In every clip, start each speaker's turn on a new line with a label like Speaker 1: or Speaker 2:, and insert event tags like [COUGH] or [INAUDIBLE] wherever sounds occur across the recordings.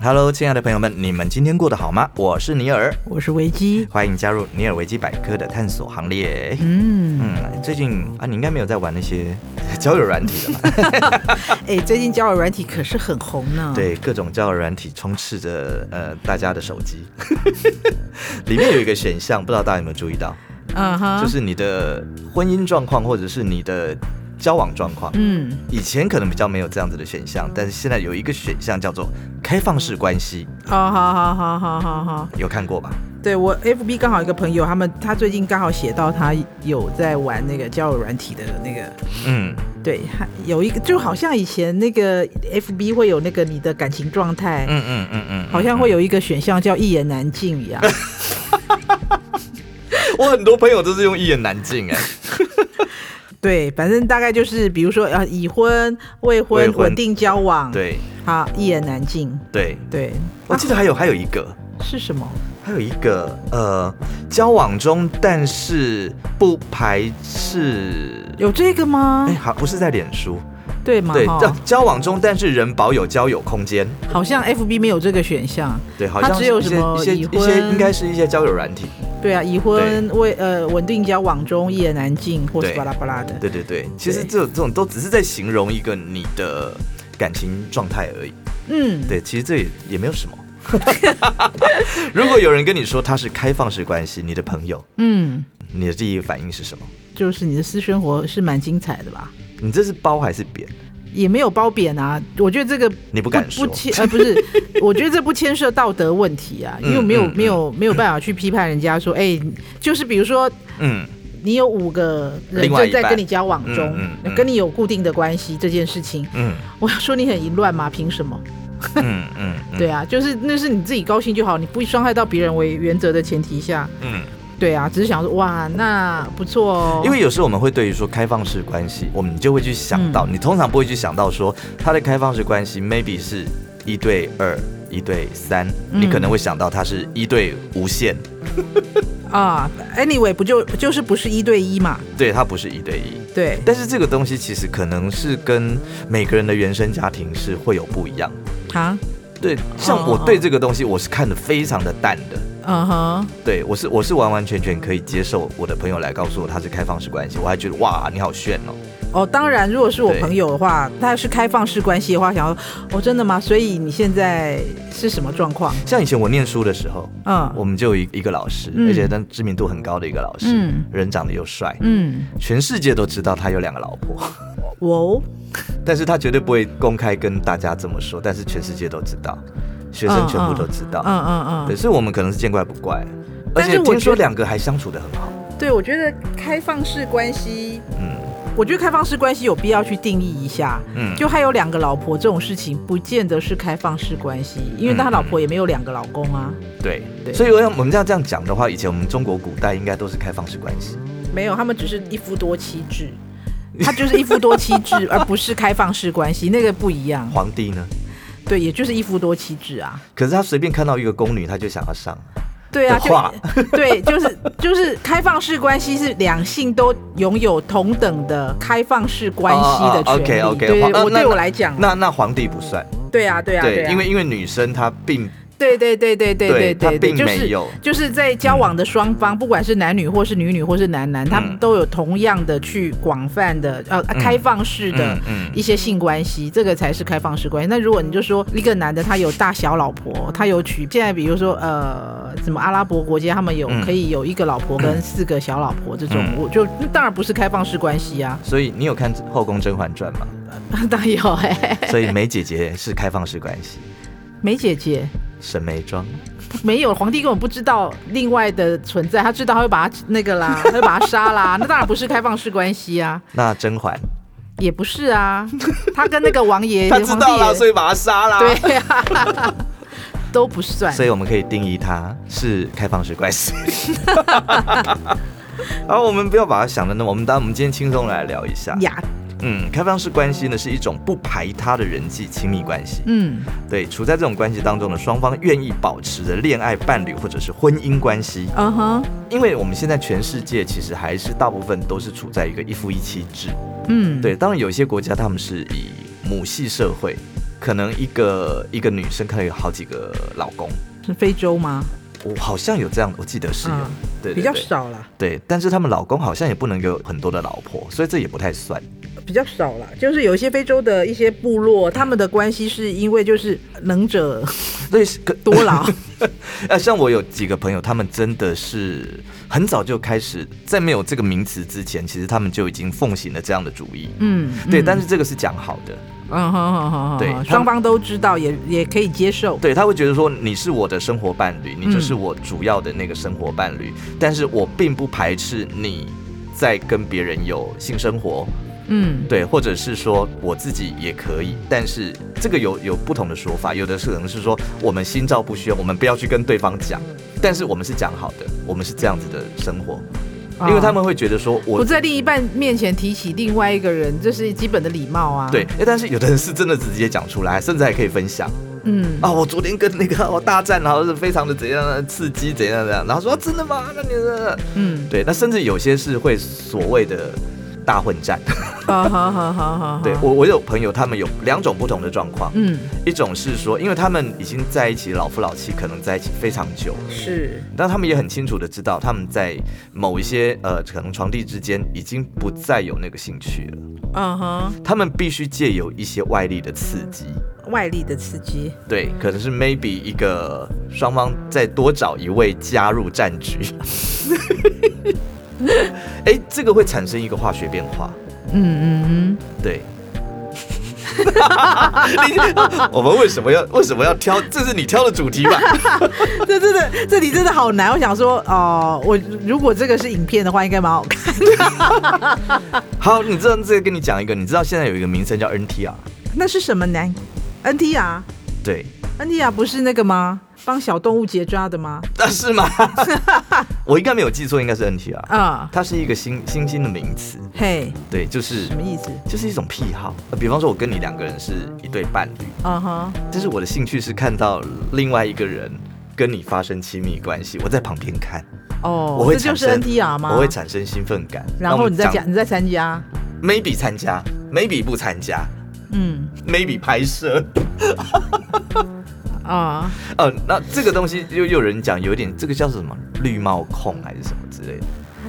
Speaker 1: Hello，亲爱的朋友们，你们今天过得好吗？我是尼尔，
Speaker 2: 我是维基。
Speaker 1: 欢迎加入尼尔维基百科的探索行列。
Speaker 2: 嗯，
Speaker 1: 嗯，最近啊，你应该没有在玩那些 [LAUGHS] 交友软体
Speaker 2: [LAUGHS]
Speaker 1: 了吧？
Speaker 2: 哎、最近交友软体可是很红呢。，
Speaker 1: 对，各种交友软体充斥着呃大家的手机， [LAUGHS] 里面有一个选项，不知道大家有没有注意到，
Speaker 2: 嗯哼，
Speaker 1: 就是你的婚姻状况或者是你的交往状况。
Speaker 2: 嗯，
Speaker 1: 以前可能比较没有这样子的选项，但是现在有一个选项叫做开放式关系，
Speaker 2: 好好好好好好好。
Speaker 1: 有看过吧？
Speaker 2: 对我 FB 刚好一个朋友，他们他最近刚好写到他有在玩那个交友软体的那个，
Speaker 1: 嗯，
Speaker 2: 对，他有一个就好像以前那个 FB 会有那个你的感情状态，
Speaker 1: 嗯嗯嗯嗯，
Speaker 2: 好像会有一个选项叫一言难
Speaker 1: [LAUGHS]
Speaker 2: 尽一样。
Speaker 1: 我很多朋友都是用一言难尽
Speaker 2: [LAUGHS]
Speaker 1: 哎、
Speaker 2: 对，反正大概就是比如说啊，已婚、未
Speaker 1: 未
Speaker 2: 婚、
Speaker 1: 婚
Speaker 2: 稳定交往，，
Speaker 1: 对
Speaker 2: 好，一言难尽。
Speaker 1: 对，
Speaker 2: 对，
Speaker 1: 我记得还有还有一个，
Speaker 2: 是什么？
Speaker 1: 还有一个呃，交往中但是不排斥，
Speaker 2: 有这个吗啊
Speaker 1: 哎、？好不是在脸书，
Speaker 2: 对吗？
Speaker 1: 对
Speaker 2: 哈
Speaker 1: 交交往中但是仍保有交友空间，
Speaker 2: 好像 FB 没有这个选项。
Speaker 1: 对，好像
Speaker 2: 它
Speaker 1: 是
Speaker 2: 只有
Speaker 1: 一些
Speaker 2: 什么
Speaker 1: 一些
Speaker 2: 已
Speaker 1: 一
Speaker 2: 婚
Speaker 1: 些应该是一些交友软体，
Speaker 2: 对啊，已婚未呃稳定交往中一言难尽，或是
Speaker 1: 对
Speaker 2: 巴拉巴拉的。
Speaker 1: 对对对，其实这种这种都只是在形容一个你的感情状态而已。
Speaker 2: 嗯，
Speaker 1: 对，其实这也也没有
Speaker 2: [LAUGHS]
Speaker 1: 什么。如果有人跟你说他是开放式关系，你的朋友，
Speaker 2: 嗯，
Speaker 1: 你的第一反应是什么？
Speaker 2: 就是你的私生活是蛮精彩的吧？
Speaker 1: 你这是褒还是贬？
Speaker 2: 也没有褒贬啊，我觉得这个
Speaker 1: 你不敢说
Speaker 2: 不牵呃
Speaker 1: [LAUGHS]
Speaker 2: 不是，我觉得这不牵涉道德问题啊，因为没有、
Speaker 1: 嗯嗯
Speaker 2: 没有没有办法去批判人家说，哎、就是比如说
Speaker 1: 嗯，
Speaker 2: 你有五个人
Speaker 1: 另外一
Speaker 2: 正
Speaker 1: 半
Speaker 2: 在跟你交往中，
Speaker 1: 嗯嗯嗯
Speaker 2: 跟你有固定的关系这件事情，
Speaker 1: 嗯
Speaker 2: 我要说你很淫乱吗？凭什么？
Speaker 1: 嗯嗯，嗯
Speaker 2: 对，啊，就是那是你自己高兴就好，你不伤害到别人为原则的前提下，
Speaker 1: 嗯，
Speaker 2: 对啊，只是想说哇，那不错哦，
Speaker 1: 因为有时候我们会对于说开放式关系，我们就会去想到，
Speaker 2: 嗯
Speaker 1: 你通常不会去想到说他的开放式关系 maybe 是一对二、一对三，
Speaker 2: 嗯
Speaker 1: 你可能会想到它是一对无限，
Speaker 2: 啊，anyway 不就就是不是一对一嘛，
Speaker 1: 对，它不是一对一。
Speaker 2: 对，
Speaker 1: 但是这个东西其实可能是跟每个人的原生家庭是会有不一样。
Speaker 2: 啊，
Speaker 1: 对，
Speaker 2: 哦
Speaker 1: 像我对这个东西我是看得非常的淡的。
Speaker 2: 嗯哼，
Speaker 1: 对我是我是完完全全可以接受我的朋友来告诉我他是开放式关系，我还觉得哇你好炫哦。
Speaker 2: 哦，当然，如果是我
Speaker 1: 对
Speaker 2: 朋友的话，他是开放式关系的话，想要哦，真的吗？所以你现在是什么状况？
Speaker 1: 像以前我念书的时候，
Speaker 2: 嗯
Speaker 1: 我们就有一一个老师，
Speaker 2: 嗯
Speaker 1: 而且他知名度很高的一个老师，
Speaker 2: 嗯
Speaker 1: 人长得又帅，
Speaker 2: 嗯，
Speaker 1: 全世界都知道他有两个老婆， [LAUGHS]
Speaker 2: 我
Speaker 1: 但是他绝对不会公开跟大家这么说，但是全世界都知道，学生全部都知道。
Speaker 2: 嗯嗯
Speaker 1: 对，所以我们可能是见怪不怪。而
Speaker 2: 但是
Speaker 1: 且
Speaker 2: 我
Speaker 1: 听
Speaker 2: 觉
Speaker 1: 说
Speaker 2: 得
Speaker 1: 两个还相处的很好。
Speaker 2: 嗯，对，我觉得开放式关系，
Speaker 1: 嗯
Speaker 2: 我觉得开放式关系有必要去定义一下。
Speaker 1: 嗯，
Speaker 2: 就他有两个老婆这种事情，不见得是开放式关系，因为他老婆也没有两个老公啊，
Speaker 1: 对
Speaker 2: 对
Speaker 1: 所以我想我们这样这样讲的话，以前我们中国古代应该都是开放式关系。
Speaker 2: 没有，他们只是一夫多妻制，他就是一夫多妻制，而不是开放式关系，那个不一样。
Speaker 1: 皇帝呢？
Speaker 2: 对，也就是一夫多妻制啊。
Speaker 1: 可是他随便看到一个宫女，他就想要上。
Speaker 2: 对啊，
Speaker 1: 的话
Speaker 2: 就对，就是就是开放式关系是两性都拥有同等的开放式关系的权利。
Speaker 1: OK OK，
Speaker 2: 对，我对我
Speaker 1: 哦那
Speaker 2: 来讲，
Speaker 1: 那那皇帝不算，
Speaker 2: 对啊，对啊，
Speaker 1: 对
Speaker 2: 啊，
Speaker 1: 因为因为女生她并
Speaker 2: 对对对对对
Speaker 1: 对他
Speaker 2: 对对，
Speaker 1: 并
Speaker 2: 就
Speaker 1: 没
Speaker 2: 是
Speaker 1: 有
Speaker 2: 就是在交往的双方，不管是男女或是女女或是男男，他们都有同样的去广泛的呃开放式的
Speaker 1: 嗯嗯
Speaker 2: 一些性关系，这个才是开放式关系。那如果你就说一个男的他有大小老
Speaker 1: 嗯
Speaker 2: 婆，他有娶，现在比如说呃什么阿拉伯国家，他们有
Speaker 1: 嗯
Speaker 2: 可以有一个老婆跟四个小老婆这种
Speaker 1: 嗯，
Speaker 2: 我就那当然不是开放式关系啊， [LAUGHS]
Speaker 1: 所以你有看《后宫甄嬛传》吗？
Speaker 2: 当然有哎，
Speaker 1: 所以梅姐姐是开放式关系，
Speaker 2: 梅姐姐。
Speaker 1: 沈眉庄。
Speaker 2: 没有，皇帝根本不知道另外的存在，他知道他会把他那
Speaker 1: [LAUGHS]
Speaker 2: 个啦，他会把他杀啦，那当然不是开放式关系啊，
Speaker 1: 那甄嬛
Speaker 2: 也不是
Speaker 1: [LAUGHS]
Speaker 2: 啊，他跟那个王爷、
Speaker 1: 她
Speaker 2: 皇帝
Speaker 1: 知道了，
Speaker 2: 也
Speaker 1: 所以把她杀了。，
Speaker 2: 对啊， [LAUGHS] 都不算。
Speaker 1: 所以我们可以定义它是开放式关系。 [LAUGHS] 而我们不要把它想的那么，我们当然我们今天轻松来聊一下。
Speaker 2: 呀，
Speaker 1: 嗯，开放式关系呢是一种不排他的人际亲密关系。
Speaker 2: 嗯
Speaker 1: 对，处在这种关系当中呢，双方愿意保持着恋爱伴侣或者是婚姻关系。
Speaker 2: 嗯哼，
Speaker 1: 因为我们现在全世界其实还是大部分都是处在一个一夫一妻制。
Speaker 2: 嗯，
Speaker 1: 对，当然有一些国家他们是以母系社会，可能一个一个女生可能有好几个老公，
Speaker 2: 是非洲吗？
Speaker 1: 我好像有这样，我记得是有，
Speaker 2: 嗯
Speaker 1: 对对
Speaker 2: 比较
Speaker 1: 对
Speaker 2: 少啦，
Speaker 1: 对，但是他们老公好像也不能有很多的老婆，所以这也不太算。
Speaker 2: 比较少啦。就是有一些非洲的一些部落，他们的关系是因为就是能者 [LAUGHS]
Speaker 1: 类似可
Speaker 2: 多
Speaker 1: [LAUGHS]
Speaker 2: 劳，
Speaker 1: 呃，像我有几个朋友，他们真的是很早就开始，在没有这个名词之前，其实他们就已经奉行了这样的主义。
Speaker 2: 嗯，
Speaker 1: 对，
Speaker 2: 嗯
Speaker 1: 但是这个是讲好的，
Speaker 2: 嗯，好好好好，
Speaker 1: 对
Speaker 2: 好
Speaker 1: 他
Speaker 2: 双方都知道，也也可以接受。
Speaker 1: 对他会觉得说你是我的生活伴侣，你
Speaker 2: 嗯
Speaker 1: 就是我主要的那个生活伴侣，但是我并不排斥你在跟别人有性生活，
Speaker 2: 嗯，
Speaker 1: 对，或者是说我自己也可以，但是这个有有不同的说法，有的是可能是说我们心照不宣，我们不要去跟对方讲，但是我们是讲好的，我们是这样子的生活，
Speaker 2: 啊
Speaker 1: 因为他们会觉得说
Speaker 2: 不
Speaker 1: 我。
Speaker 2: 在另一半面前提起另外一个人，这是基本的礼貌啊。
Speaker 1: 对，，诶但是有的人是真的直接讲出来，甚至还可以分享
Speaker 2: 嗯，
Speaker 1: 啊！我昨天跟那个我大战，然后是非常的怎样刺激，怎样怎样，然后说、啊真的吗？那你
Speaker 2: 嗯，
Speaker 1: 对，那甚至有些是会所谓的大混战。
Speaker 2: [LAUGHS]
Speaker 1: [LAUGHS]
Speaker 2: 好好好好好，
Speaker 1: 对我，我有朋友，他们有两种不同的状况，
Speaker 2: 嗯，
Speaker 1: 一种是说，因为他们已经在一起老夫老妻，可能在一起非常久，
Speaker 2: 是，
Speaker 1: 但他们也很清楚的知道，他们在某一些呃可能床地之间已经不再有那个兴趣了，
Speaker 2: 嗯哼，
Speaker 1: 他们必须借由一些外力的刺激。
Speaker 2: 外力的刺激，
Speaker 1: 对，可能是 maybe 一个双方再多找一位加入战局， [LAUGHS] 哎、这个会产生一个化学变化。
Speaker 2: 嗯嗯
Speaker 1: 对。 [LAUGHS] 你 [LAUGHS] 我们为什么要为什么要挑？这是你挑的主题吧？
Speaker 2: 嗯， [LAUGHS] 这真的这里真的好难。我想说，哦、我如果这个是影片的话，应该蛮好看。 [LAUGHS]
Speaker 1: 好，你知道这个跟你讲一个，你知道现在有一个名称叫 NTR，
Speaker 2: 那是什么呢？NTR，NTR
Speaker 1: 对， [LAUGHS]
Speaker 2: 不是那个吗？帮小动物结扎的吗？
Speaker 1: 那是
Speaker 2: [LAUGHS]
Speaker 1: 吗？我应该没有记错，应该是 NTR，
Speaker 2: 啊、
Speaker 1: 它是一个新新兴的名词，
Speaker 2: 嘿，
Speaker 1: 对，就是
Speaker 2: 什么意思？
Speaker 1: 就是一种癖好。呃比方说，我跟你两个人是一对伴侣，
Speaker 2: 嗯哼，
Speaker 1: 但是我的兴趣是看到另外一个人跟你发生亲密关系，我在旁边看，
Speaker 2: 哦，
Speaker 1: 我会
Speaker 2: 这就
Speaker 1: 产
Speaker 2: 是
Speaker 1: 生
Speaker 2: NTR 吗？
Speaker 1: 我会产生兴奋感。那
Speaker 2: 然
Speaker 1: 我
Speaker 2: 后
Speaker 1: 们
Speaker 2: 你再
Speaker 1: 讲
Speaker 2: 讲，你再参加，
Speaker 1: maybe 参加，maybe 不参加
Speaker 2: 嗯
Speaker 1: ，maybe 拍摄。
Speaker 2: 啊，
Speaker 1: 呃，那这个东西又又有人讲有点这个叫什么绿帽控还是什么之类的。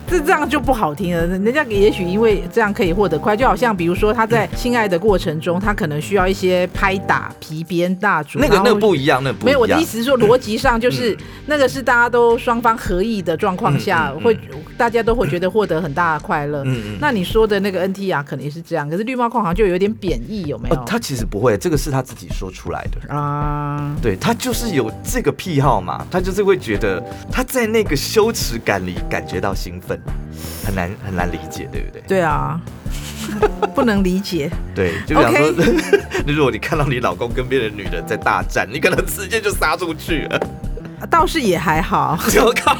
Speaker 2: 这这样就不好听了。人家也许因为这样可以获得快，就好像比如说他在性爱的过程中，他可能需要一些拍打、皮鞭、大竹，
Speaker 1: 那个
Speaker 2: 然后
Speaker 1: 那个不一样，那个不一样。嗯
Speaker 2: 没有，我的意思是说，逻辑上就是、那个是大家都双方合意的状况下，
Speaker 1: 嗯嗯嗯
Speaker 2: 会大家都会觉得获得很大的快乐。
Speaker 1: 嗯嗯
Speaker 2: 那你说的那个 NTR 可能也是这样，可是绿帽控好像就有点贬义，有没有？
Speaker 1: 呃，他其实不会，这个是他自己说出来的。
Speaker 2: 啊，
Speaker 1: 对他就是有这个癖好嘛，他就是会觉得他在那个羞耻感里感觉到兴奋，很难很难理解，对不对？
Speaker 2: 对啊， [LAUGHS] 不能理解。
Speaker 1: 对，就想说 [LAUGHS] 如果你看到你老公跟别的女人在大战，你可能直接就杀出去
Speaker 2: [LAUGHS]
Speaker 1: 了。 [LAUGHS]
Speaker 2: 倒是也还好，
Speaker 1: 我靠，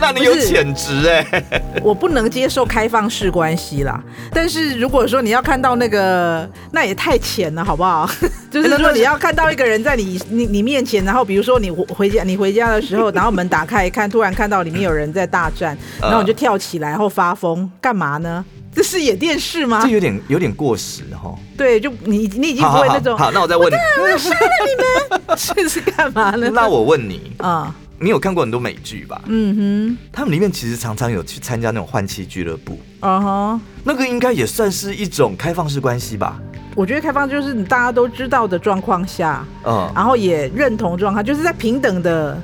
Speaker 1: 那你有
Speaker 2: 不是
Speaker 1: 潜质哎、
Speaker 2: 我不能接受开放式关系啦。但是如果说你要看到那个，那也太浅了，好
Speaker 1: [LAUGHS]
Speaker 2: 不好？
Speaker 1: 哎
Speaker 2: 就是说你要看到一个人在你你你面前，然后比如说你回回家你回家的时候，然后门打开一看，突然看到里面有人在大战，
Speaker 1: 嗯
Speaker 2: 然后你就跳起来，然后发疯，干嘛呢？ [LAUGHS] 这是演电视吗
Speaker 1: 这？有点有点过时哈。
Speaker 2: 对，就你你已经啊不会那种
Speaker 1: 好好好，那我再问你，
Speaker 2: [LAUGHS] 我杀了你们， [LAUGHS] 这是干嘛 [LAUGHS] 呢？
Speaker 1: 那我问你，
Speaker 2: 啊，
Speaker 1: 你有看过很多美剧吧？
Speaker 2: 嗯
Speaker 1: 他们里面其实常常有去参加那种换妻俱乐部，
Speaker 2: 哼，啊哈。
Speaker 1: 那个应该也算是一种开放式关系吧？
Speaker 2: 我觉得开放就是你大家都知道的状况下，
Speaker 1: 嗯，
Speaker 2: 然后也认同状况，就是在平等的，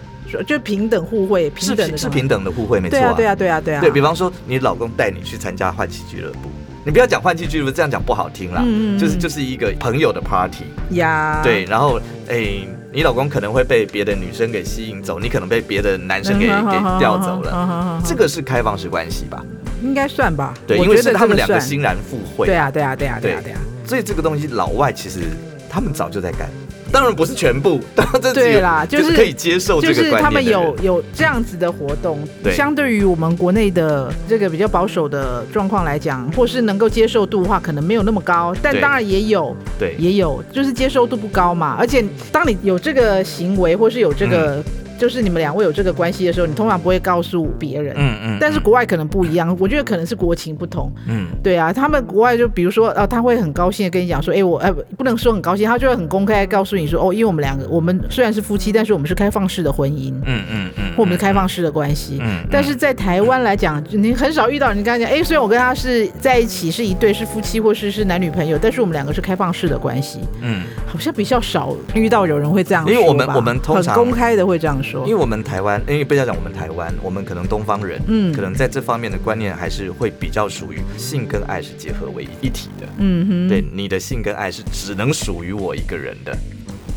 Speaker 2: 就平等互惠，平
Speaker 1: 是
Speaker 2: 等的
Speaker 1: 是平等的互惠，没错
Speaker 2: 对啊，对啊，对啊，对啊，
Speaker 1: 对比方说，你老公带你去参加换妻俱乐部。你不要讲换妻俱乐部，这样讲不好听啦，
Speaker 2: 嗯嗯啊嗯
Speaker 1: 就是就是一个朋友的 party，、
Speaker 2: 呀，
Speaker 1: 对，，然后诶、你老公可能会被别的女生给吸引走，你可能被别的男生给、
Speaker 2: 嗯
Speaker 1: 给调走了，
Speaker 2: 了
Speaker 1: 这个是开放式关系吧？
Speaker 2: 应该算吧？
Speaker 1: 对，
Speaker 2: 嗯我
Speaker 1: 因为
Speaker 2: 觉
Speaker 1: 是
Speaker 2: 得
Speaker 1: 他们
Speaker 2: 这
Speaker 1: 两个
Speaker 2: 算
Speaker 1: 欣然赴会，
Speaker 2: 对啊，对啊，对啊，对啊，对啊，
Speaker 1: 所以这个东西老外其实他们早就在干，当然不是全部，当然这只有
Speaker 2: 对啦
Speaker 1: 就
Speaker 2: 就是
Speaker 1: 可以接受
Speaker 2: 就
Speaker 1: 这
Speaker 2: 是
Speaker 1: 个观念的人
Speaker 2: 他们有有这样子的活动，
Speaker 1: 对
Speaker 2: 相对于我们国内的这个比较保守的状况来讲，或是能够接受度的话，可能没有那么高，但
Speaker 1: 对
Speaker 2: 当然也有，
Speaker 1: 对嗯
Speaker 2: 也有，就是接受度不高嘛。而且当你有这个行为或是有这个就是你们两位有这个关系的时候，你通常不会告诉别人。
Speaker 1: 嗯嗯，
Speaker 2: 但是国外可能不一样，我觉得可能是国情不同。
Speaker 1: 嗯
Speaker 2: 对啊，他们国外就比如说，呃，他会很高兴的跟你讲说，哎，我呃不不能说很高兴，他就会很公开地告诉你说，哦，因为我们两个，我们虽然是夫妻，但是我们是开放式的婚姻，
Speaker 1: 嗯嗯嗯，
Speaker 2: 或我们是开放式的关系。
Speaker 1: 嗯，嗯
Speaker 2: 但是在台湾来讲，你很少遇到人跟他讲，哎，虽然我跟他是在一起是一对，是夫妻或是是男女朋友，但是我们两个是开放式的关系，
Speaker 1: 嗯，
Speaker 2: 好像比较少遇到有人会这样说吧。
Speaker 1: 因为我们我们通
Speaker 2: 很
Speaker 1: 常
Speaker 2: 公开的会这样说
Speaker 1: 因为。我们台湾，因为不要讲我们台湾，我们可能东方人，
Speaker 2: 嗯
Speaker 1: 可能在这方面的观念还是会比较属于性跟爱是结合为一体的。
Speaker 2: 嗯哼，
Speaker 1: 对，你的性跟爱是只能属于我一个人的，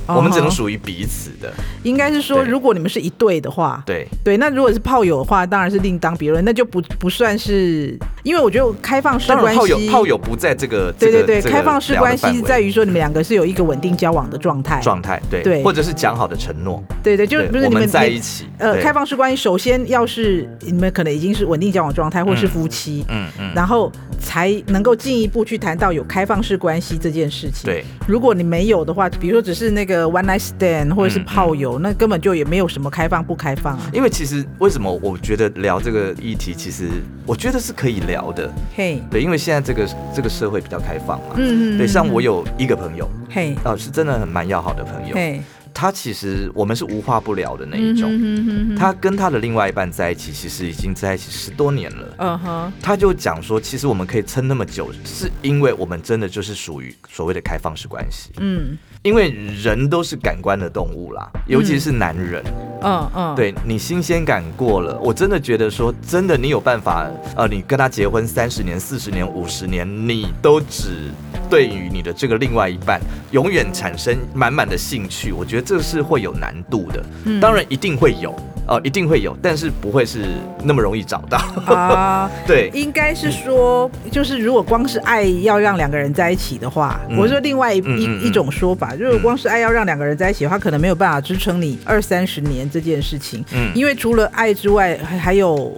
Speaker 2: 哦
Speaker 1: 我们只能属于彼此的。
Speaker 2: 应该是说，
Speaker 1: 对
Speaker 2: 如果你们是一对的话，
Speaker 1: 对，
Speaker 2: 对，那如果是炮友的话，当然是另当别论，那就不不算是，因为我觉得开放式
Speaker 1: 当然
Speaker 2: 关系，
Speaker 1: 炮友炮友不在这个
Speaker 2: 对
Speaker 1: 这
Speaker 2: 对
Speaker 1: 个
Speaker 2: 对，
Speaker 1: 这个
Speaker 2: 开放式
Speaker 1: 聊的
Speaker 2: 关系
Speaker 1: 范
Speaker 2: 是
Speaker 1: 围
Speaker 2: 在于说你们两个是有一个稳定交往的状态，
Speaker 1: 状态，对，
Speaker 2: 对
Speaker 1: 或者是讲好的承诺，
Speaker 2: 对对，就
Speaker 1: 对
Speaker 2: 不是
Speaker 1: 我
Speaker 2: 你
Speaker 1: 们
Speaker 2: 们
Speaker 1: 在一起，
Speaker 2: 呃，
Speaker 1: 对
Speaker 2: 开，放式关系首先要是你们可能已经是稳定交往状态，或是
Speaker 1: 嗯
Speaker 2: 夫妻，
Speaker 1: 嗯嗯，
Speaker 2: 然后才能够进一步去谈到有开放式关系这件事情。
Speaker 1: 对，
Speaker 2: 如果你没有的话，比如说只是那个 one night stand 或者是
Speaker 1: 嗯嗯
Speaker 2: 炮友，那根本就也没有什么开放不开放啊。
Speaker 1: 因为其实为什么我觉得聊这个议题，其实我觉得是可以聊的，
Speaker 2: 嘿，
Speaker 1: 对，因为现在这个这个社会比较开放嘛，
Speaker 2: 嗯嗯，
Speaker 1: 对，
Speaker 2: 嗯
Speaker 1: 像我，有一个朋友，
Speaker 2: 嘿，
Speaker 1: 啊，是真的很蛮要好的朋友，
Speaker 2: 嘿，
Speaker 1: 他其实我们是无话不聊的那一种，
Speaker 2: 嗯种，
Speaker 1: 他跟他的另外一半在一起，其实已经在一起十多年了。
Speaker 2: 嗯哼，
Speaker 1: 他就讲说，其实我们可以撑那么久，是因为我们真的就是属于所谓的开放式关系。
Speaker 2: 嗯
Speaker 1: 因为人都是感官的动物啦，尤其是男人。
Speaker 2: 嗯嗯，，
Speaker 1: 对你新鲜感过了，我真的觉得说，真的你有办法，呃，你跟他结婚三十年、四十年、五十年，你都只对于你的这个另外一半永远产生满满的兴趣，我觉得这是会有难度的。
Speaker 2: 嗯
Speaker 1: 当然一定会有，呃，一定会有，但是不会是那么容易找到。 [LAUGHS]
Speaker 2: 啊。
Speaker 1: 对，
Speaker 2: 应该是说，就是如果光是爱要让两个人在一起的话，
Speaker 1: 嗯
Speaker 2: 我说另外一
Speaker 1: 嗯嗯嗯
Speaker 2: 一一种说法，如果光是爱要让两个人在一起的话，可能没有办法支撑你二三十年这件事情，
Speaker 1: 嗯
Speaker 2: 因为除了爱之外，还还有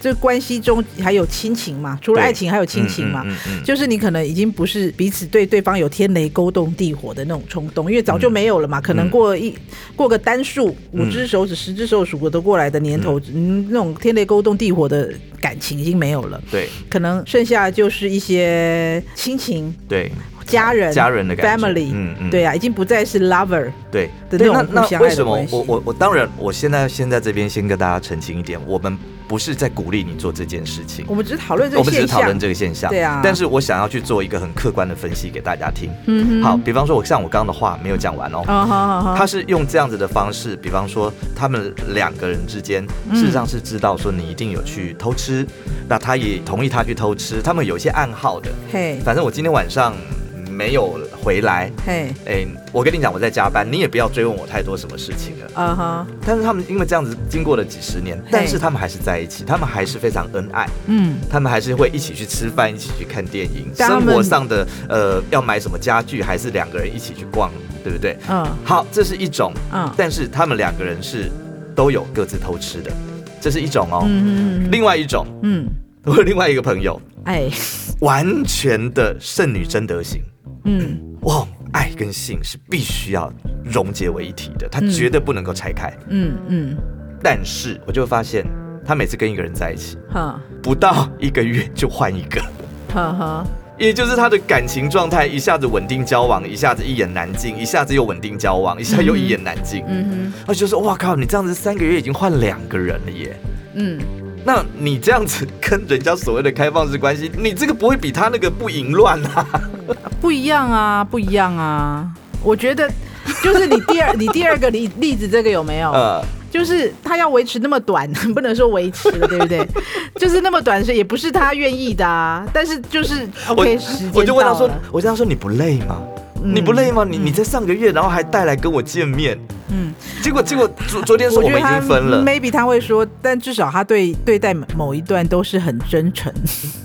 Speaker 2: 这关系中还有亲情嘛，除了
Speaker 1: 对
Speaker 2: 爱情还有亲情嘛。
Speaker 1: 嗯嗯嗯
Speaker 2: 就是你可能已经不是彼此对对方有天雷勾动地火的那种冲动，因为早就没有了
Speaker 1: 嗯
Speaker 2: 嘛。可能过一过个单数五只手指、十只手数得过来的年头，嗯，那种天雷勾动地火的感情已经没有了。
Speaker 1: 对
Speaker 2: 可能剩下就是一些亲情、
Speaker 1: 对
Speaker 2: 家人、
Speaker 1: 家人的感觉
Speaker 2: family，
Speaker 1: 嗯嗯
Speaker 2: 对啊，已经不再是 lover，
Speaker 1: 对，
Speaker 2: 的
Speaker 1: 对
Speaker 2: 那
Speaker 1: 那
Speaker 2: 种互相
Speaker 1: 那
Speaker 2: 爱
Speaker 1: 为
Speaker 2: 的
Speaker 1: 什么
Speaker 2: 关系
Speaker 1: 我我我当然，我现在先在这边先跟大家澄清一点，我们不是在鼓励你做这件事情，
Speaker 2: 我们只是讨论这
Speaker 1: 我
Speaker 2: 个
Speaker 1: 们只是
Speaker 2: 现
Speaker 1: 讨论
Speaker 2: 象。
Speaker 1: 这个现象。
Speaker 2: 对啊
Speaker 1: 但是我想要去做一个很客观的分析给大家听。
Speaker 2: 嗯
Speaker 1: 好，比方说，我像我刚刚的话没有讲完哦。
Speaker 2: 啊，好好好，
Speaker 1: 他是用这样子的方式，比方说他们两个人之间，
Speaker 2: 嗯
Speaker 1: 事实上是知道说你一定有去偷吃，那他也同意他去偷吃，他们有一些暗号的。
Speaker 2: 嘿
Speaker 1: 反正我今天晚上没有回来，
Speaker 2: 嘿，
Speaker 1: 哎、我跟你讲，我在加班，你也不要追问我太多什么事情了。
Speaker 2: 啊哈，
Speaker 1: 但是他们因为这样子经过了几十年，但是他们还是在一起，他们还是非常恩爱，
Speaker 2: 嗯，
Speaker 1: 他们还是会一起去吃饭，一起去看电影，
Speaker 2: 但他
Speaker 1: 生
Speaker 2: 们
Speaker 1: 活上的呃要买什么家具，还是两个人一起去逛，对不对？
Speaker 2: 嗯
Speaker 1: 好，这是一种，
Speaker 2: 嗯
Speaker 1: 但是他们两个人是都有各自偷吃的，这是一种哦。
Speaker 2: 嗯嗯
Speaker 1: 另外一种， [LAUGHS]
Speaker 2: 嗯，
Speaker 1: 我有另外一个朋友
Speaker 2: 哎，
Speaker 1: 完全的剩女贞德型，
Speaker 2: 嗯
Speaker 1: 哇，爱跟性是必须要融结为一体的，他
Speaker 2: 嗯
Speaker 1: 绝对不能够拆开。
Speaker 2: 嗯嗯，
Speaker 1: 但是我就发现，他每次跟一个人在一起，
Speaker 2: 哈
Speaker 1: 不到一个月就换一个，
Speaker 2: 哈哈，
Speaker 1: 也就是他的感情状态一下子稳定交往，一下子一言难尽，一下子又稳定交往，一下又一言难尽。
Speaker 2: 嗯
Speaker 1: 我就说，哇靠，你这样子三个月已经换两个人了耶！
Speaker 2: 哼嗯，
Speaker 1: 那你这样子跟人家所谓的开放式关系，你这个不会比他那个不淫乱啊？
Speaker 2: 不一样啊，不一样啊，我觉得。就是你第二，你 [LAUGHS] 第二个例例子，这个有没有？
Speaker 1: 呃，
Speaker 2: 就是他要维持那么短， [LAUGHS] 不能说维持了，对不对？ [LAUGHS] 就是那么短是也不是他愿意的啊，但是就是 OK 啊时间
Speaker 1: 我就问他
Speaker 2: 到
Speaker 1: 说
Speaker 2: 了，
Speaker 1: 我就跟他说你不累吗？
Speaker 2: 嗯
Speaker 1: 你不累吗？你你在上个月，然后还带来跟我见面，
Speaker 2: 嗯，
Speaker 1: 结果结果昨昨天说
Speaker 2: 我
Speaker 1: 我
Speaker 2: 觉
Speaker 1: 们
Speaker 2: 得
Speaker 1: 已
Speaker 2: 他
Speaker 1: 经分了，
Speaker 2: maybe 他会说，但至少他对对待某一段都是很真诚。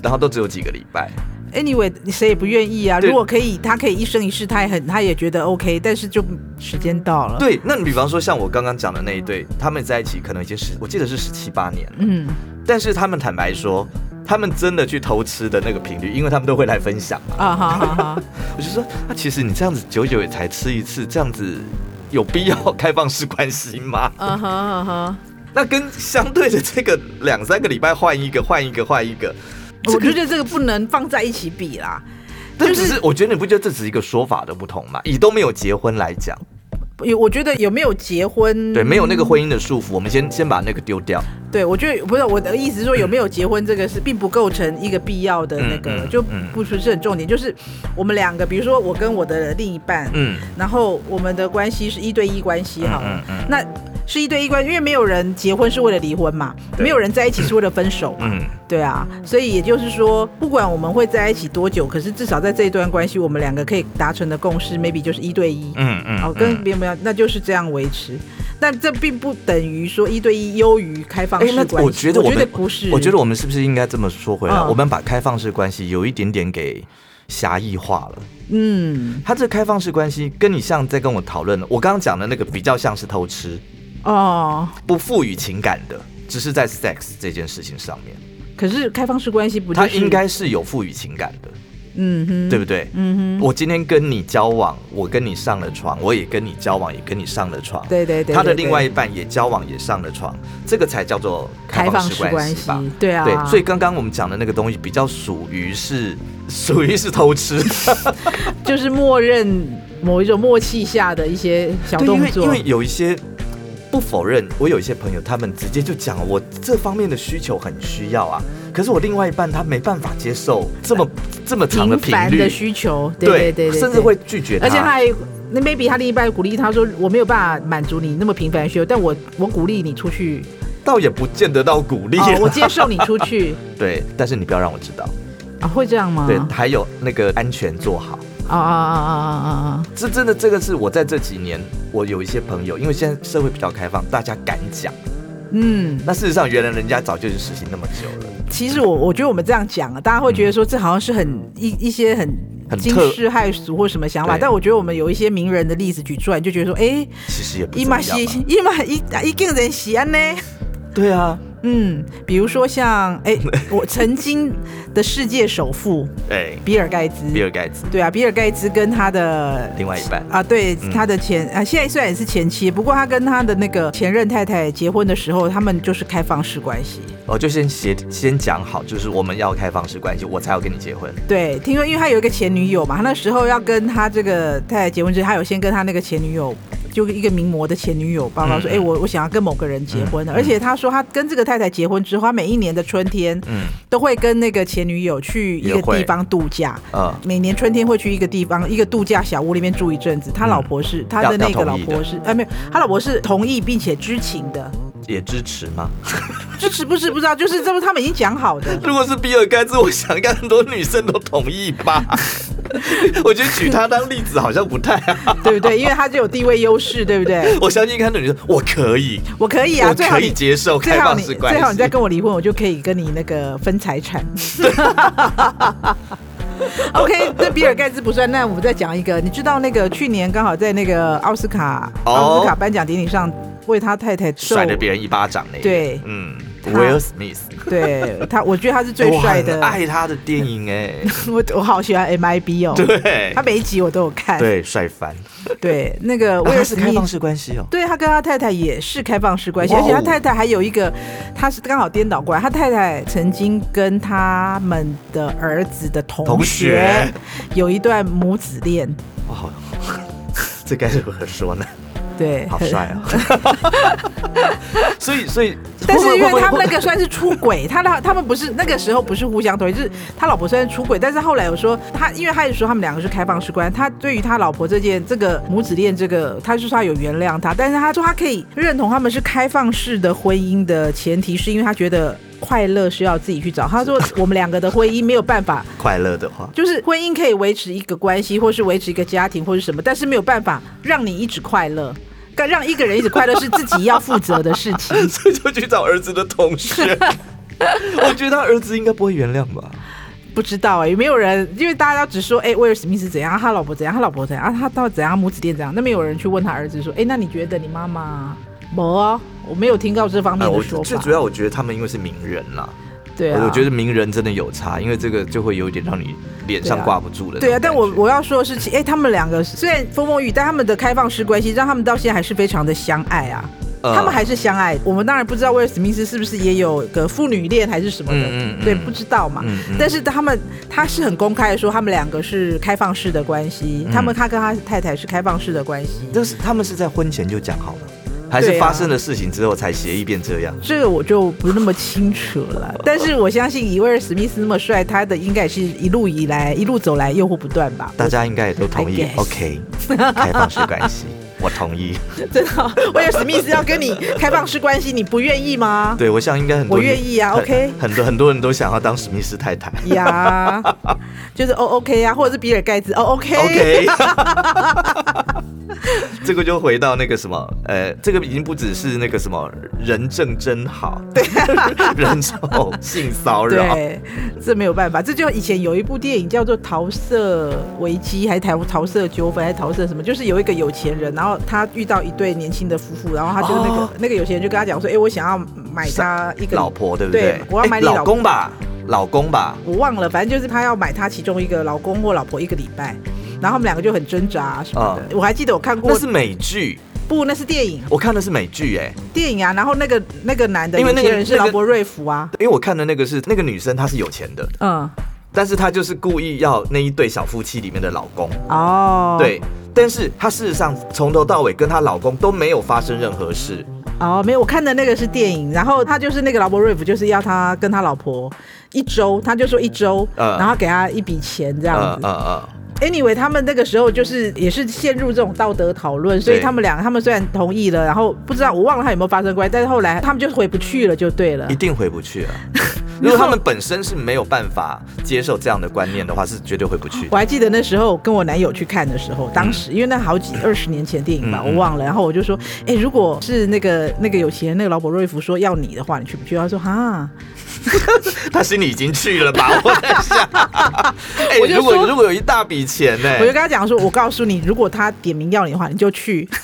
Speaker 1: 然后都只有几个礼拜，
Speaker 2: Anyway，谁也不愿意啊。
Speaker 1: 对
Speaker 2: 如果可以，他可以一生一世，他也很他也觉得 OK，但是就时间到了。，
Speaker 1: 对，那你比方说像我刚刚讲的那一对，他们在一起可能已经十，我记得是十七八年了，
Speaker 2: 嗯，
Speaker 1: 但是他们坦白说，他们真的去偷吃的那个频率，因为他们都会来分享嘛， [LAUGHS]
Speaker 2: 啊哈哈哈，
Speaker 1: 我就说，那、其实你这样子久久也才吃一次，这样子有必要 [LAUGHS] 开放式关系吗？
Speaker 2: 嗯哼嗯哼，
Speaker 1: 那跟相对的这个两三个礼拜换一个，换一个，换一个，
Speaker 2: 我觉得这个不能放在一起比啦。
Speaker 1: 这
Speaker 2: 就
Speaker 1: 只是我觉得你不觉得这只是一个说法的不同吗？以都没有结婚来讲，
Speaker 2: 有我觉得有没有结婚，
Speaker 1: 对，没有那个婚姻的束缚，我们先先把那个丢掉。
Speaker 2: 对，我觉得不是我的意思是说有没有结婚这个是并不构成一个必要的那个，
Speaker 1: 嗯嗯
Speaker 2: 就
Speaker 1: 嗯
Speaker 2: 不是很重点。就是我们两个，比如说我跟我的另一半，
Speaker 1: 嗯
Speaker 2: 然后我们的关系是一对一关系好了，
Speaker 1: 嗯
Speaker 2: 那是一对一关系，因为没有人结婚是为了离婚嘛，
Speaker 1: 对
Speaker 2: 没有人在一起是为了分手嘛，
Speaker 1: 嗯，
Speaker 2: 对啊，所以也就是说，不管我们会在一起多久，可是至少在这一段关系，我们两个可以达成的共识，maybe 就是一对一，
Speaker 1: 嗯嗯，
Speaker 2: 哦，跟别人不一样，那就是这样维持。但这并不等于说一对一优于开放
Speaker 1: 哎、
Speaker 2: 式关系，
Speaker 1: 那我觉得我们
Speaker 2: 不是，
Speaker 1: 我觉得我们是不是应该这么说回来？
Speaker 2: 嗯
Speaker 1: 我们把开放式关系有一点点给狭义化了。
Speaker 2: 嗯，
Speaker 1: 它这开放式关系跟你像在跟我讨论的，我刚刚讲的那个比较像是偷吃，
Speaker 2: 哦，
Speaker 1: 不赋予情感的，只是在 sex 这件事情上面，
Speaker 2: 可是开放式关系不、就
Speaker 1: 它
Speaker 2: 是、
Speaker 1: 应，该是有赋予情感的，
Speaker 2: 嗯哼，
Speaker 1: 对不对？
Speaker 2: 嗯哼，
Speaker 1: 我今天跟你交往，我跟你上了床，我也跟你交往，也跟你上了床。
Speaker 2: 对对对对
Speaker 1: 他的
Speaker 2: 对
Speaker 1: 另外一半也交往，也上了床，这个才叫做
Speaker 2: 开放
Speaker 1: 式
Speaker 2: 式关系
Speaker 1: 吧？，
Speaker 2: 对啊，
Speaker 1: 对，所以刚刚我们讲的那个东西比较属于是属于是偷吃，
Speaker 2: 就是默认某一种默契下的一些小
Speaker 1: 对，因
Speaker 2: 动
Speaker 1: 为
Speaker 2: 作，
Speaker 1: 因为有一些不否认，我有一些朋友他们直接就讲我这方面的需求很需要啊，可是我另外一半他没办法接受这么这么长的
Speaker 2: 呃频
Speaker 1: 频
Speaker 2: 繁的
Speaker 1: 率，
Speaker 2: 需求，对对对对，
Speaker 1: 甚至会啊拒绝他，
Speaker 2: 而且他还那 maybe 他另一半鼓励他说：“我没有办法满足你那么频繁的需求，但我我鼓励你出去，
Speaker 1: 倒也不见得到鼓励、啊
Speaker 2: 哦，我接受你出
Speaker 1: [LAUGHS]
Speaker 2: 去
Speaker 1: 对，但是你不要让我知道，
Speaker 2: 啊，会这样吗？
Speaker 1: 对，还有那个安全做好。
Speaker 2: 啊啊啊啊啊啊！
Speaker 1: 这真的，这个是我在这几年，我有一些朋友，因为现在社会比较开放，大家敢讲。
Speaker 2: 嗯，
Speaker 1: 那事实上，原来人家早就是实行那么久了，
Speaker 2: 其实我我觉得我们这样讲啊，大家会觉得说这好像是很一一些很
Speaker 1: 很
Speaker 2: 惊
Speaker 1: 特
Speaker 2: 世骇俗或什么想法，
Speaker 1: 对
Speaker 2: 但我觉得我们有一些名人的例子举出来，你就觉得说，哎，
Speaker 1: 其实也不
Speaker 2: 伊
Speaker 1: 怎
Speaker 2: 玛
Speaker 1: 么
Speaker 2: 西
Speaker 1: 样嘛。
Speaker 2: 伊玛伊伊竟人西啊安呢？
Speaker 1: 对啊，
Speaker 2: 嗯，比如说像哎，我曾经的世界首富
Speaker 1: 哎，
Speaker 2: 比尔盖茨，
Speaker 1: 比尔盖茨
Speaker 2: 对啊，比尔盖茨跟他的
Speaker 1: 另外一半
Speaker 2: 啊，对
Speaker 1: 嗯
Speaker 2: 他的前啊，现在虽然也是前妻，不过他跟他的那个前任太太结婚的时候，他们就是开放式关系。
Speaker 1: 我就先协先讲好，就是我们要开放式关系，我才要跟你结婚。
Speaker 2: 对，听说因为他有一个前女友嘛，他那时候要跟他这个太太结婚之前，他有先跟他那个前女友。就一个名模的前女友报告说：“
Speaker 1: 嗯
Speaker 2: 哎、我我想要跟某个人结婚了，
Speaker 1: 嗯
Speaker 2: 而且他说他跟这个太太结婚之后，他每一年的春天
Speaker 1: 嗯
Speaker 2: 都会跟那个前女友去一个
Speaker 1: 约会
Speaker 2: 地方度假。
Speaker 1: 呃，
Speaker 2: 每年春天会去一个地方，一个度假小屋里面住一阵子。他老婆是、他的那个老婆是，哎，没有，他老婆是同意并且知情的，
Speaker 1: 也支持吗？。
Speaker 2: 支持不是不知道，就是这不他们已经讲好的
Speaker 1: [LAUGHS] 如果是比尔盖茨，我想应该很多女生都同意
Speaker 2: [LAUGHS]
Speaker 1: 吧。我觉得举他当例子好像不太好。
Speaker 2: 对不对？因为他就有地位优势，对不对？
Speaker 1: 我相信看到女生，我可以，
Speaker 2: 我可以啊，
Speaker 1: 我
Speaker 2: 最好
Speaker 1: 可以
Speaker 2: 你
Speaker 1: 接受
Speaker 2: 最
Speaker 1: 开
Speaker 2: 好
Speaker 1: 放
Speaker 2: 你
Speaker 1: 式关系。
Speaker 2: 最好你再跟我离婚，我就可以跟你那个分财
Speaker 1: [LAUGHS]
Speaker 2: 产。OK，这比尔盖茨不算。那我们再讲一个，你知道那个去年刚好在那个奥斯卡、
Speaker 1: 哦
Speaker 2: 奥斯卡颁奖典礼上为他太太受
Speaker 1: 甩了别人一巴掌那个。
Speaker 2: 对
Speaker 1: 嗯
Speaker 2: 他
Speaker 1: ，Will Smith
Speaker 2: 对他，我觉得他是
Speaker 1: [LAUGHS]
Speaker 2: 最
Speaker 1: 我
Speaker 2: 帅
Speaker 1: 很
Speaker 2: 的。
Speaker 1: 爱他的电影哎，
Speaker 2: [LAUGHS] 我我好喜欢 MIB 哦，
Speaker 1: 对
Speaker 2: 他每一集我都有看。
Speaker 1: 对，帅翻。啊
Speaker 2: 对那个
Speaker 1: 我
Speaker 2: 威尔
Speaker 1: 也
Speaker 2: 史
Speaker 1: 是
Speaker 2: 密
Speaker 1: 开放
Speaker 2: 斯，
Speaker 1: 式关系哦，
Speaker 2: 对他跟他太太也是开放式关系，
Speaker 1: 哇
Speaker 2: 而
Speaker 1: 哦
Speaker 2: 且他太太还有一个，他是刚好颠倒过来，他太太曾经跟他们的儿子的同
Speaker 1: 同
Speaker 2: 学
Speaker 1: 学
Speaker 2: 有一段母子恋。
Speaker 1: 哇，哦好 [LAUGHS] 这该如何说
Speaker 2: [LAUGHS]
Speaker 1: 呢？
Speaker 2: 对，
Speaker 1: 好
Speaker 2: 很
Speaker 1: 帅哦。
Speaker 2: [LAUGHS]
Speaker 1: [LAUGHS] 所以，所以，
Speaker 2: 但是
Speaker 1: 会
Speaker 2: 因
Speaker 1: 不会
Speaker 2: 为他
Speaker 1: 会不会
Speaker 2: 们那个算是出轨，他的他们不是那个时候不是互相同意，就是他老婆虽然出轨，但是后来有说他，因为他也说他们两个是开放式关系，他对于他老婆这件这个母子恋这个，他就说他有原谅他，但是他说他可以认同他们是开放式的婚姻的前提，是因为他觉得快乐是要自己去找。他说我们两个的婚姻没有办法
Speaker 1: 快乐的话，
Speaker 2: 就是婚姻可以维持一个关系，或是维持一个家庭，或是什么，但是没有办法让你一直快乐。该让一个人一直快乐是自己要负责的事情。
Speaker 1: [LAUGHS] 所以就去找儿子的同学。我觉得他儿子应该不会原谅吧？
Speaker 2: 不知道哎、有没有人？因为大家只说哎、威尔史密斯怎样，他老婆怎样，他老婆怎样，啊，他到底怎样，母子恋怎样？那没有人去问他儿子说，哎、那你觉得你妈妈没哦？我没有听到这方面
Speaker 1: 啊，
Speaker 2: 的
Speaker 1: 我
Speaker 2: 说法。
Speaker 1: 最主要，我觉得他们因为是名人啦，
Speaker 2: 对啊
Speaker 1: 我觉得名人真的有差，因为这个就会有一点让你脸上
Speaker 2: 对啊
Speaker 1: 挂不住的那种感觉。
Speaker 2: 对啊，但我我要说的是，其哎、他们两个虽然风风雨雨，但他们的开放式关系让他们到现在还是非常的相爱啊。
Speaker 1: 呃
Speaker 2: 他们还是相爱。我们当然不知道威尔史密斯是不是也有个父女恋还是什么的，
Speaker 1: 嗯嗯嗯
Speaker 2: 对，不知道嘛。
Speaker 1: 嗯嗯
Speaker 2: 但是他们他是很公开的说，他们两个是开放式的关系，
Speaker 1: 嗯
Speaker 2: 他们他跟他太太是开放式的关系。
Speaker 1: 这是他们是在婚前就讲好了，还是
Speaker 2: 对啊
Speaker 1: 发生了事情之后才协议变这样？
Speaker 2: 这个我就不那么清楚
Speaker 1: 哦
Speaker 2: 了，但是我相信以威尔史密斯那么帅，他的应该也是一路以来一路走来诱惑不断吧。
Speaker 1: 大家应该也都同意
Speaker 2: I guess
Speaker 1: ，OK，开放式关系，我同意。
Speaker 2: 真的哦，威尔史密斯要跟你开放式关系，你不愿意吗？
Speaker 1: 对，我想应该很多
Speaker 2: 我
Speaker 1: 女
Speaker 2: 愿意啊
Speaker 1: 很
Speaker 2: ，OK
Speaker 1: 很多很多人都想要当史密斯太太。
Speaker 2: 呀，就是哦 OK 啊，或者是比尔盖茨哦 OK
Speaker 1: OK，这个就回到那个什么，呃，这个已经不只是那个什么人证真
Speaker 2: [LAUGHS]
Speaker 1: 好，对、人丑性骚扰，
Speaker 2: 对，这没有办法，这就以前有一部电影叫做《桃色危机》，还是桃桃色纠纷，还是桃色什么，就是有一个有钱人，然后他遇到一对年轻的夫妇，然后他就那个、
Speaker 1: 哦
Speaker 2: 那个有钱人就跟他讲说，哎、我想要买他一个
Speaker 1: 老，婆对不对？
Speaker 2: 对我要买你
Speaker 1: 哎
Speaker 2: 老
Speaker 1: 老
Speaker 2: 公
Speaker 1: 公吧，老公吧，
Speaker 2: 我忘了，反正就是他要买他其中一个老公或老婆一个礼拜，然后他们两个就很挣扎、啊什么的。我还记得我看
Speaker 1: 嗯
Speaker 2: 过
Speaker 1: 那是美剧，
Speaker 2: 不，那是电影
Speaker 1: 我看的是美剧哎、
Speaker 2: 电影啊，然后那个那个男的
Speaker 1: 因为
Speaker 2: 有
Speaker 1: 那
Speaker 2: 钱
Speaker 1: 个
Speaker 2: 人是
Speaker 1: 那个
Speaker 2: 劳勃瑞福啊，
Speaker 1: 因为我看的那个是那个女生她是有钱的，
Speaker 2: 嗯，
Speaker 1: 但是她就是故意要那一对小夫妻里面的老公，
Speaker 2: 哦，
Speaker 1: 对，但是她事实上从头到尾跟她老公都没有发生任何事，
Speaker 2: 哦，没有，我看的那个是电影，然后他就是那个劳勃瑞夫，就是要他跟他老婆一周，他就说一周，
Speaker 1: 嗯
Speaker 2: 然后给他一笔钱这样
Speaker 1: 嗯
Speaker 2: 子。
Speaker 1: 嗯嗯，
Speaker 2: anyway，他们那个时候就是也是陷入这种道德讨论，所以
Speaker 1: 对
Speaker 2: 他们两个他们虽然同意了，然后不知道我忘了他有没有发生关系，但是后来他们就回不去了，就对了
Speaker 1: 一。定回不
Speaker 2: [LAUGHS]
Speaker 1: 去了。如果他们本身是没有办法接受这样的观念的话，是绝对回不去
Speaker 2: 我。还记得那时候跟我男友去看的时候，当时因为那好几二十年前的电影吧，
Speaker 1: 嗯嗯嗯
Speaker 2: 我忘了。然后我就说，哎、如果是那个那个有钱人那个劳勃瑞夫说要你的话，你去不去？他说哈，
Speaker 1: 他心里已经去了吧？我在
Speaker 2: [LAUGHS]
Speaker 1: 想，哎、
Speaker 2: 我就
Speaker 1: 如果
Speaker 2: 说
Speaker 1: 如果有一大笔钱呢、
Speaker 2: 我就跟他讲说，我告诉你，如果他点名要你的话，你就去。 [LAUGHS]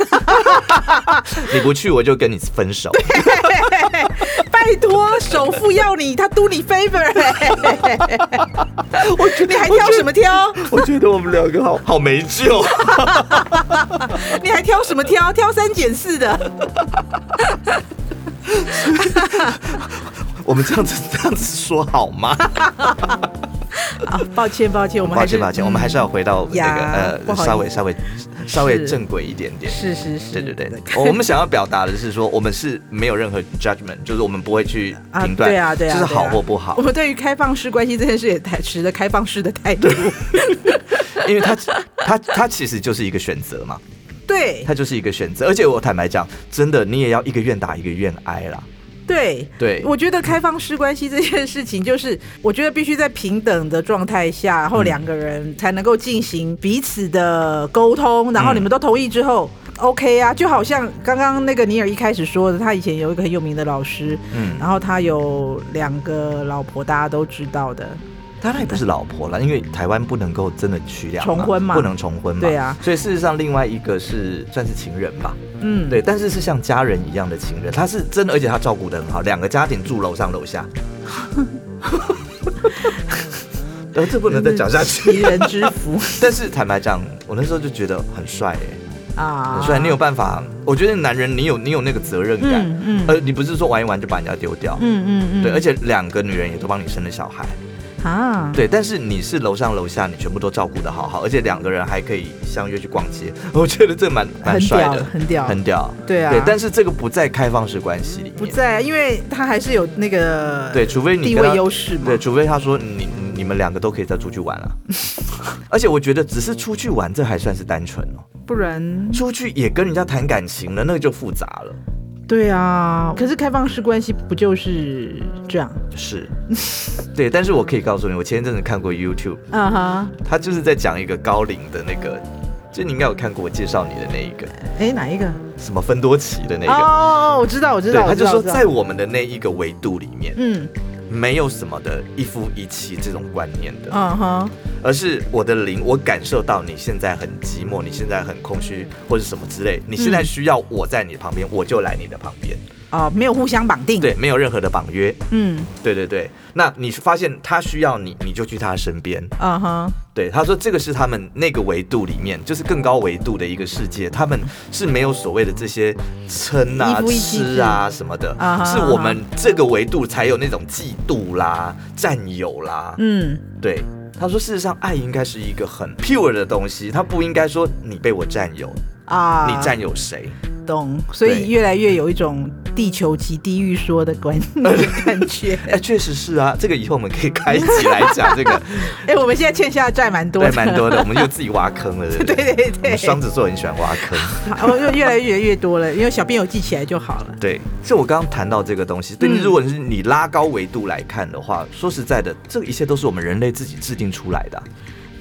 Speaker 1: 你不去我就跟你分手。
Speaker 2: 拜托，首富要你，他 do 你 favor 欸、啊我觉得你还挑什么挑？
Speaker 1: 我觉得我们两个好好没救。
Speaker 2: 你还挑什么挑？挑三拣四的。
Speaker 1: 我们这样子这样子说好吗？
Speaker 2: 啊，抱歉抱歉，我们
Speaker 1: 抱
Speaker 2: 还是嗯
Speaker 1: 歉抱歉，我们还是要回到那
Speaker 2: 呀
Speaker 1: 个
Speaker 2: 不
Speaker 1: 呃，
Speaker 2: 好意思
Speaker 1: 稍微稍微稍微
Speaker 2: 是
Speaker 1: 正轨一点点。
Speaker 2: 嗯是是是，
Speaker 1: 对对对，
Speaker 2: [LAUGHS]
Speaker 1: 我们想要表达的是说，我们是没有任何 judgment，就是我们不会去评断，
Speaker 2: 对啊对啊，
Speaker 1: 这是
Speaker 2: 对
Speaker 1: 好
Speaker 2: 啊
Speaker 1: 或不好
Speaker 2: 我，们对于开放式关系这件事也太持着开放式的态度。
Speaker 1: 因为它它它其实就是一个选择嘛，
Speaker 2: 对
Speaker 1: 它就是一个选择，而且我坦白讲，真的你也要一个愿打一个愿挨啦，
Speaker 2: 对
Speaker 1: 对
Speaker 2: 我觉得开放式关系这件事情，就是我觉得必须在平等的状态下，然后两个人才能够进行彼此的沟通，然后你们都同意之后。OK
Speaker 1: 嗯
Speaker 2: 啊，就好像刚刚那个尼尔一开始说的，他以前有一个很有名的老师，
Speaker 1: 嗯，
Speaker 2: 然后他有两个老婆，大家都知道的。
Speaker 1: 当然也不是老婆了，因为台湾不能够真的娶两
Speaker 2: 重婚嘛
Speaker 1: 不能重婚嘛，
Speaker 2: 对啊，
Speaker 1: 所以事实上另外一个是算是情人吧，
Speaker 2: 嗯，
Speaker 1: 对，但是是像家人一样的情人，他是真的，而且他照顾的很好，两个家庭住楼上楼
Speaker 2: [LAUGHS]
Speaker 1: 下。呃，这不能再讲下
Speaker 2: [LAUGHS]
Speaker 1: 去。
Speaker 2: 奇人之福
Speaker 1: 但是坦白讲，我那时候就觉得很帅哎、
Speaker 2: 啊，
Speaker 1: 很帅，你有办法？我觉得男人你有你有那个责任感，
Speaker 2: 嗯嗯
Speaker 1: 呃，你不是说玩一玩就把人家丢掉，
Speaker 2: 嗯嗯嗯，
Speaker 1: 对，而且两个女人也都帮你生了小孩，
Speaker 2: 啊，
Speaker 1: 对，但是你是楼上楼下你全部都照顾的好好，而且两个人还可以相约去逛街， [LAUGHS] 我觉得这蛮蛮
Speaker 2: 很
Speaker 1: 帅
Speaker 2: 屌
Speaker 1: 的，
Speaker 2: 很屌
Speaker 1: 很屌，
Speaker 2: 对啊
Speaker 1: 对，但是这个不在开放式关系里
Speaker 2: 不
Speaker 1: 面，
Speaker 2: 在，因为他还是有那个
Speaker 1: 对，除非你
Speaker 2: 地
Speaker 1: 跟
Speaker 2: 位
Speaker 1: 他
Speaker 2: 优势嘛，
Speaker 1: 对，除非他说你你们两个都可以再出去玩
Speaker 2: [LAUGHS]
Speaker 1: 了，而且我觉得只是出去玩这还算是单纯哦，
Speaker 2: 不然
Speaker 1: 出去也跟人家谈感情了，那个就复杂了，
Speaker 2: 对啊。可是开放式关系不就是这样？
Speaker 1: 是， [LAUGHS] 对，但是我可以告诉你，我前一阵子看过 YouTube，
Speaker 2: 啊哈，
Speaker 1: 他就是在讲一个高龄的那个，就你应该有看过我介绍你的那一个，
Speaker 2: 哎，哪一个？
Speaker 1: 什么芬多奇的那个，
Speaker 2: 哦，我知道，我知
Speaker 1: 对，
Speaker 2: 道，
Speaker 1: 他
Speaker 2: 我
Speaker 1: 就
Speaker 2: 知道，
Speaker 1: 说
Speaker 2: 我知道
Speaker 1: 在我们的那一个维度里面，
Speaker 2: 嗯
Speaker 1: 没有什么的一夫一妻这种观念的，
Speaker 2: 嗯哼，
Speaker 1: 而是我的灵，我感受到你现在很寂寞，你现在很空虚或者什么之类，你现
Speaker 2: 嗯
Speaker 1: 在需要我在你旁边，我就来你的旁边，
Speaker 2: 哦，没有互相绑定，，
Speaker 1: 对，没有任何的绑约，
Speaker 2: 嗯，
Speaker 1: 对对对。那你发现他需要你，你就去他身边，
Speaker 2: 嗯哼，
Speaker 1: 对，他说这个是他们那个维度里面，就是更高维度的一个世界，他们是没有所谓的这些撑啊
Speaker 2: 一、夫一妻
Speaker 1: 吃啊什么的
Speaker 2: 啊哈，
Speaker 1: 是我们这个维度才有那种嫉妒啦、占有啦。
Speaker 2: 嗯，
Speaker 1: 对，他说事实上爱应该是一个很 pure 的东西，它不应该说你被我占有，
Speaker 2: 啊，
Speaker 1: 你占有谁。
Speaker 2: 懂，所
Speaker 1: 对
Speaker 2: 以越来越有一种地球及地狱说的观 [LAUGHS] 感觉。
Speaker 1: 哎，确实是啊，这个以后我们可以开一集来讲这
Speaker 2: [LAUGHS]
Speaker 1: 个，
Speaker 2: 哎、我们现在欠下的债蛮多
Speaker 1: 对，
Speaker 2: 的，
Speaker 1: 蛮多的，我们又自己挖坑了，对不对？
Speaker 2: [LAUGHS] 对对
Speaker 1: 我们
Speaker 2: 对，
Speaker 1: 双子座很喜欢挖坑。
Speaker 2: 哦，就越来越越多了，因为小便有记起来就好了。
Speaker 1: 对，是我刚刚谈到这个东西。对，
Speaker 2: 嗯
Speaker 1: 如果是你拉高维度来看的话，说实在的，这个一切都是我们人类自己制定出来的啊。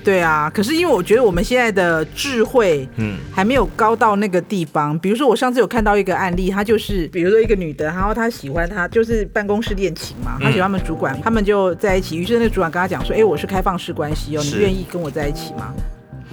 Speaker 2: 对啊，可是因为我觉得我们现在的智慧，
Speaker 1: 嗯，
Speaker 2: 还没有高到那个地方。比如说，我上次有看到一个案例，她就是，比如说一个女的，然后她喜欢她就是办公室恋情
Speaker 1: 嗯
Speaker 2: 嘛，她喜欢他们主管，他们就在一起。于是那个主管跟她讲说：“哎、我是开放式关系哦，你
Speaker 1: 是
Speaker 2: 愿意跟我在一起吗？”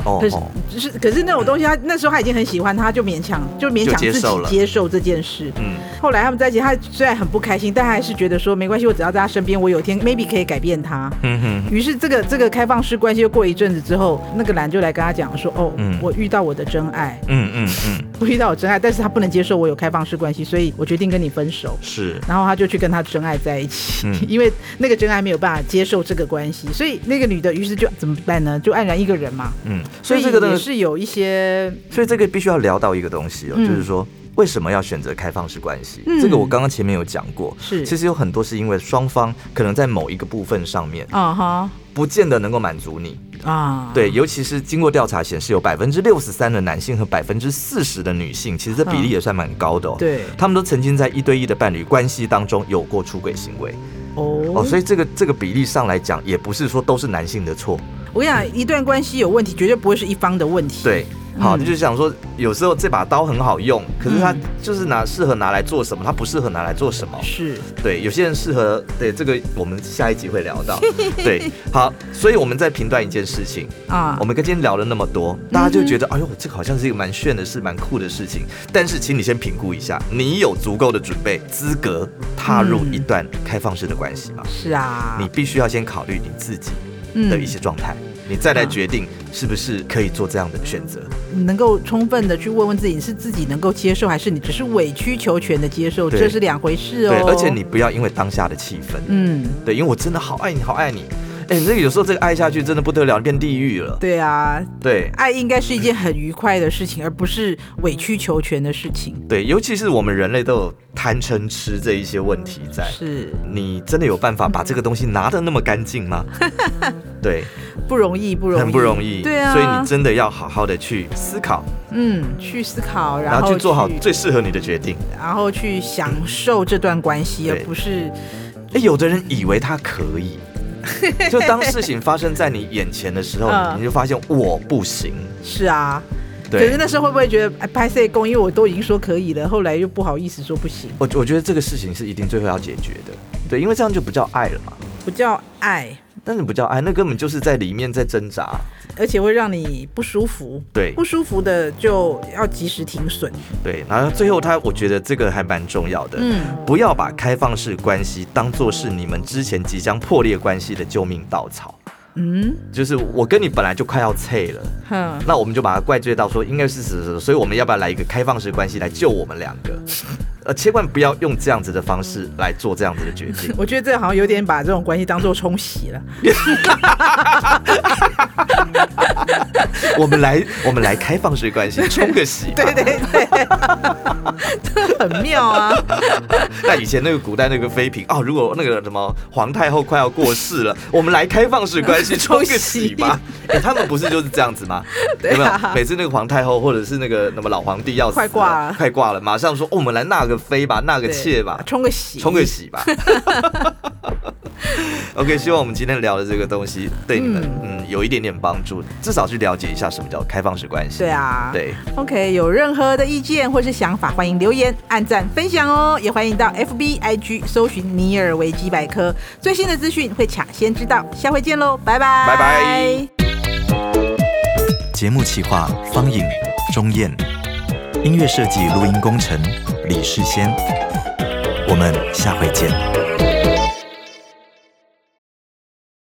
Speaker 1: 哦
Speaker 2: 可是
Speaker 1: 哦，
Speaker 2: 就是可是那种东西，她那时候她已经很喜欢他，她就勉强就勉强
Speaker 1: 就接
Speaker 2: 自己
Speaker 1: 受了
Speaker 2: 接受这件事。
Speaker 1: 嗯，
Speaker 2: 后来他们在一起，她虽然很不开心，但她还是觉得说没关系，我只要在她身边，我有一天 maybe 可以改变她。
Speaker 1: 嗯哼，
Speaker 2: 于是这个这个开放式关系又过一阵子之后，那个男就来跟她讲说：“哦，
Speaker 1: 嗯
Speaker 2: 我遇到我的真爱，
Speaker 1: 嗯嗯嗯，
Speaker 2: 我遇到我真爱，但是他不能接受我有开放式关系，所以我决定跟你分手。”
Speaker 1: 是，
Speaker 2: 然后他就去跟他真爱在一起，
Speaker 1: 嗯
Speaker 2: [LAUGHS] 因为那个真爱没有办法接受这个关系，所以那个女的于是就怎么办呢？就黯然一个人嘛。
Speaker 1: 嗯，
Speaker 2: 所
Speaker 1: 所
Speaker 2: 以
Speaker 1: 以这个
Speaker 2: 也
Speaker 1: 东西，
Speaker 2: 是有一些
Speaker 1: 所以这个必须要聊到一个东西哦，
Speaker 2: 嗯
Speaker 1: 就是说。为什么要选择开放式关系？
Speaker 2: 嗯
Speaker 1: 这个我刚刚前面有讲过，
Speaker 2: 是
Speaker 1: 其实有很多是因为双方可能在某一个部分上面
Speaker 2: 啊哈
Speaker 1: 不见得能够满足你，
Speaker 2: 啊，
Speaker 1: 对，尤其是经过调查显示，有百分之六十三的男性和百分之四十的女性，其实这比例也算蛮高的哦。
Speaker 2: 嗯对
Speaker 1: 他们都曾经在一对一的伴侣关系当中有过出轨行为
Speaker 2: 哦
Speaker 1: 哦，所以这个这个比例上来讲，也不是说都是男性的错。
Speaker 2: 我跟你讲，一段关系有问题，绝对不会是一方的问题。
Speaker 1: 对，好，
Speaker 2: 嗯
Speaker 1: 就是想说，有时候这把刀很好用，可是它
Speaker 2: 嗯
Speaker 1: 就是拿适合拿来做什么，它不适合拿来做什么。
Speaker 2: 是，
Speaker 1: 对，有些人适合，对这个我们下一集会聊
Speaker 2: [LAUGHS]
Speaker 1: 到。对，好，所以我们在评断一件事情，
Speaker 2: 啊
Speaker 1: 我们跟今天聊了那么多，大家就觉得，哎呦，这个好像是一个蛮炫的事，蛮酷的事情。但是，请你先评估一下，你有足够的准备资格踏入一段开放式的关系吗？
Speaker 2: 是啊，
Speaker 1: 你必须要先考虑你自己
Speaker 2: 嗯
Speaker 1: 的一些状态，你再来
Speaker 2: 嗯
Speaker 1: 决定是不是可以做这样的选择。
Speaker 2: 你能够充分的去问问自己，是自己能够接受，还是你只是委曲求全的接受，
Speaker 1: 对
Speaker 2: 这是两回事哦。
Speaker 1: 对，而且你，不要因为当下的气氛，
Speaker 2: 嗯，
Speaker 1: 对，因为我真的好爱你，好爱你。哎，这个有时候这个爱下去真的不得了，变地狱了。
Speaker 2: 对啊，
Speaker 1: 对
Speaker 2: 爱应该是一件很愉快的事情，而不是委曲求全的事情。
Speaker 1: 对，尤其是我们人类都有贪嗔痴这一些问题在。
Speaker 2: 是
Speaker 1: 你真的有办法把这个东西拿得那么干净
Speaker 2: [LAUGHS]
Speaker 1: 吗？对，
Speaker 2: 不容易，不容易，
Speaker 1: 很不容易。
Speaker 2: 对啊，
Speaker 1: 所以你真的要好好的去思考，
Speaker 2: 嗯，去思考，
Speaker 1: 然
Speaker 2: 后
Speaker 1: 后去做好
Speaker 2: 去
Speaker 1: 最适合你的决定。
Speaker 2: 然后去享受这段关系，而
Speaker 1: 对
Speaker 2: 不是
Speaker 1: 哎，有的人以为他可
Speaker 2: [LAUGHS]
Speaker 1: 以，就当事情发生在你眼前的时候，
Speaker 2: 嗯
Speaker 1: 你就发现我不行。
Speaker 2: 是啊。可是
Speaker 1: 对，
Speaker 2: 那时候会不会觉得哎拍摄工，因为我都已经说可以了，后来又不好意思说不行，
Speaker 1: 我我觉得这个事情是一定最后要解决的。对，因为这样就不叫爱了嘛。
Speaker 2: 不叫爱，
Speaker 1: 但是不叫爱，那根本就是在里面在挣扎。
Speaker 2: 而且会让你不舒服。
Speaker 1: 对
Speaker 2: 不舒服的就要及时停损。
Speaker 1: 对，然后最后他，我觉得这个还蛮重要的。
Speaker 2: 嗯，
Speaker 1: 不要把开放式关系当做是你们之前即将破裂关系的救命稻草。
Speaker 2: 嗯，
Speaker 1: 就是我跟你本来就快要脆了，
Speaker 2: 哼，。
Speaker 1: 那我们就把它怪罪到说应该是死死，所以我们要不要来一个开放式关系来救我们两个？呃，千万不要用这样子的方式来做这样子的决定
Speaker 2: 我觉得这好像有点把这种关系当做冲洗了。
Speaker 1: 我们来，我们来开放式关系冲个洗。
Speaker 2: 对对 [LAUGHS] 对，这很妙啊。
Speaker 1: 那以前那个古代那个妃嫔哦，如果那个什么皇太后快要过世了， [LAUGHS] 我们来开放式关系冲个喜吧。哎、他们不是就是这样子吗？
Speaker 2: 啊 [LAUGHS] 对啊
Speaker 1: 有没有？每次那个皇太后或者是那个什么老皇帝要死
Speaker 2: 快挂了
Speaker 1: 快挂了，马上说、哦我们来纳个妃吧，纳个
Speaker 2: 对
Speaker 1: 妾吧， [LAUGHS]
Speaker 2: 冲个洗，
Speaker 1: 冲个喜吧。 OK，希望我们今天聊的这个东西对你们
Speaker 2: 嗯
Speaker 1: 嗯有一点点帮助，至少去了解一下什么叫开放式关系。
Speaker 2: 对啊，
Speaker 1: 对，
Speaker 2: OK，有任何的意见或是想法，欢迎留言、按赞、分享哦。也欢迎到 FB、IG 搜寻尼尔维基百科，最新的资讯会抢先知道。下回见喽，拜拜，
Speaker 1: 拜拜。
Speaker 3: 节目企划方颖、钟燕，音乐设计、录音工程李世先。我们下回见。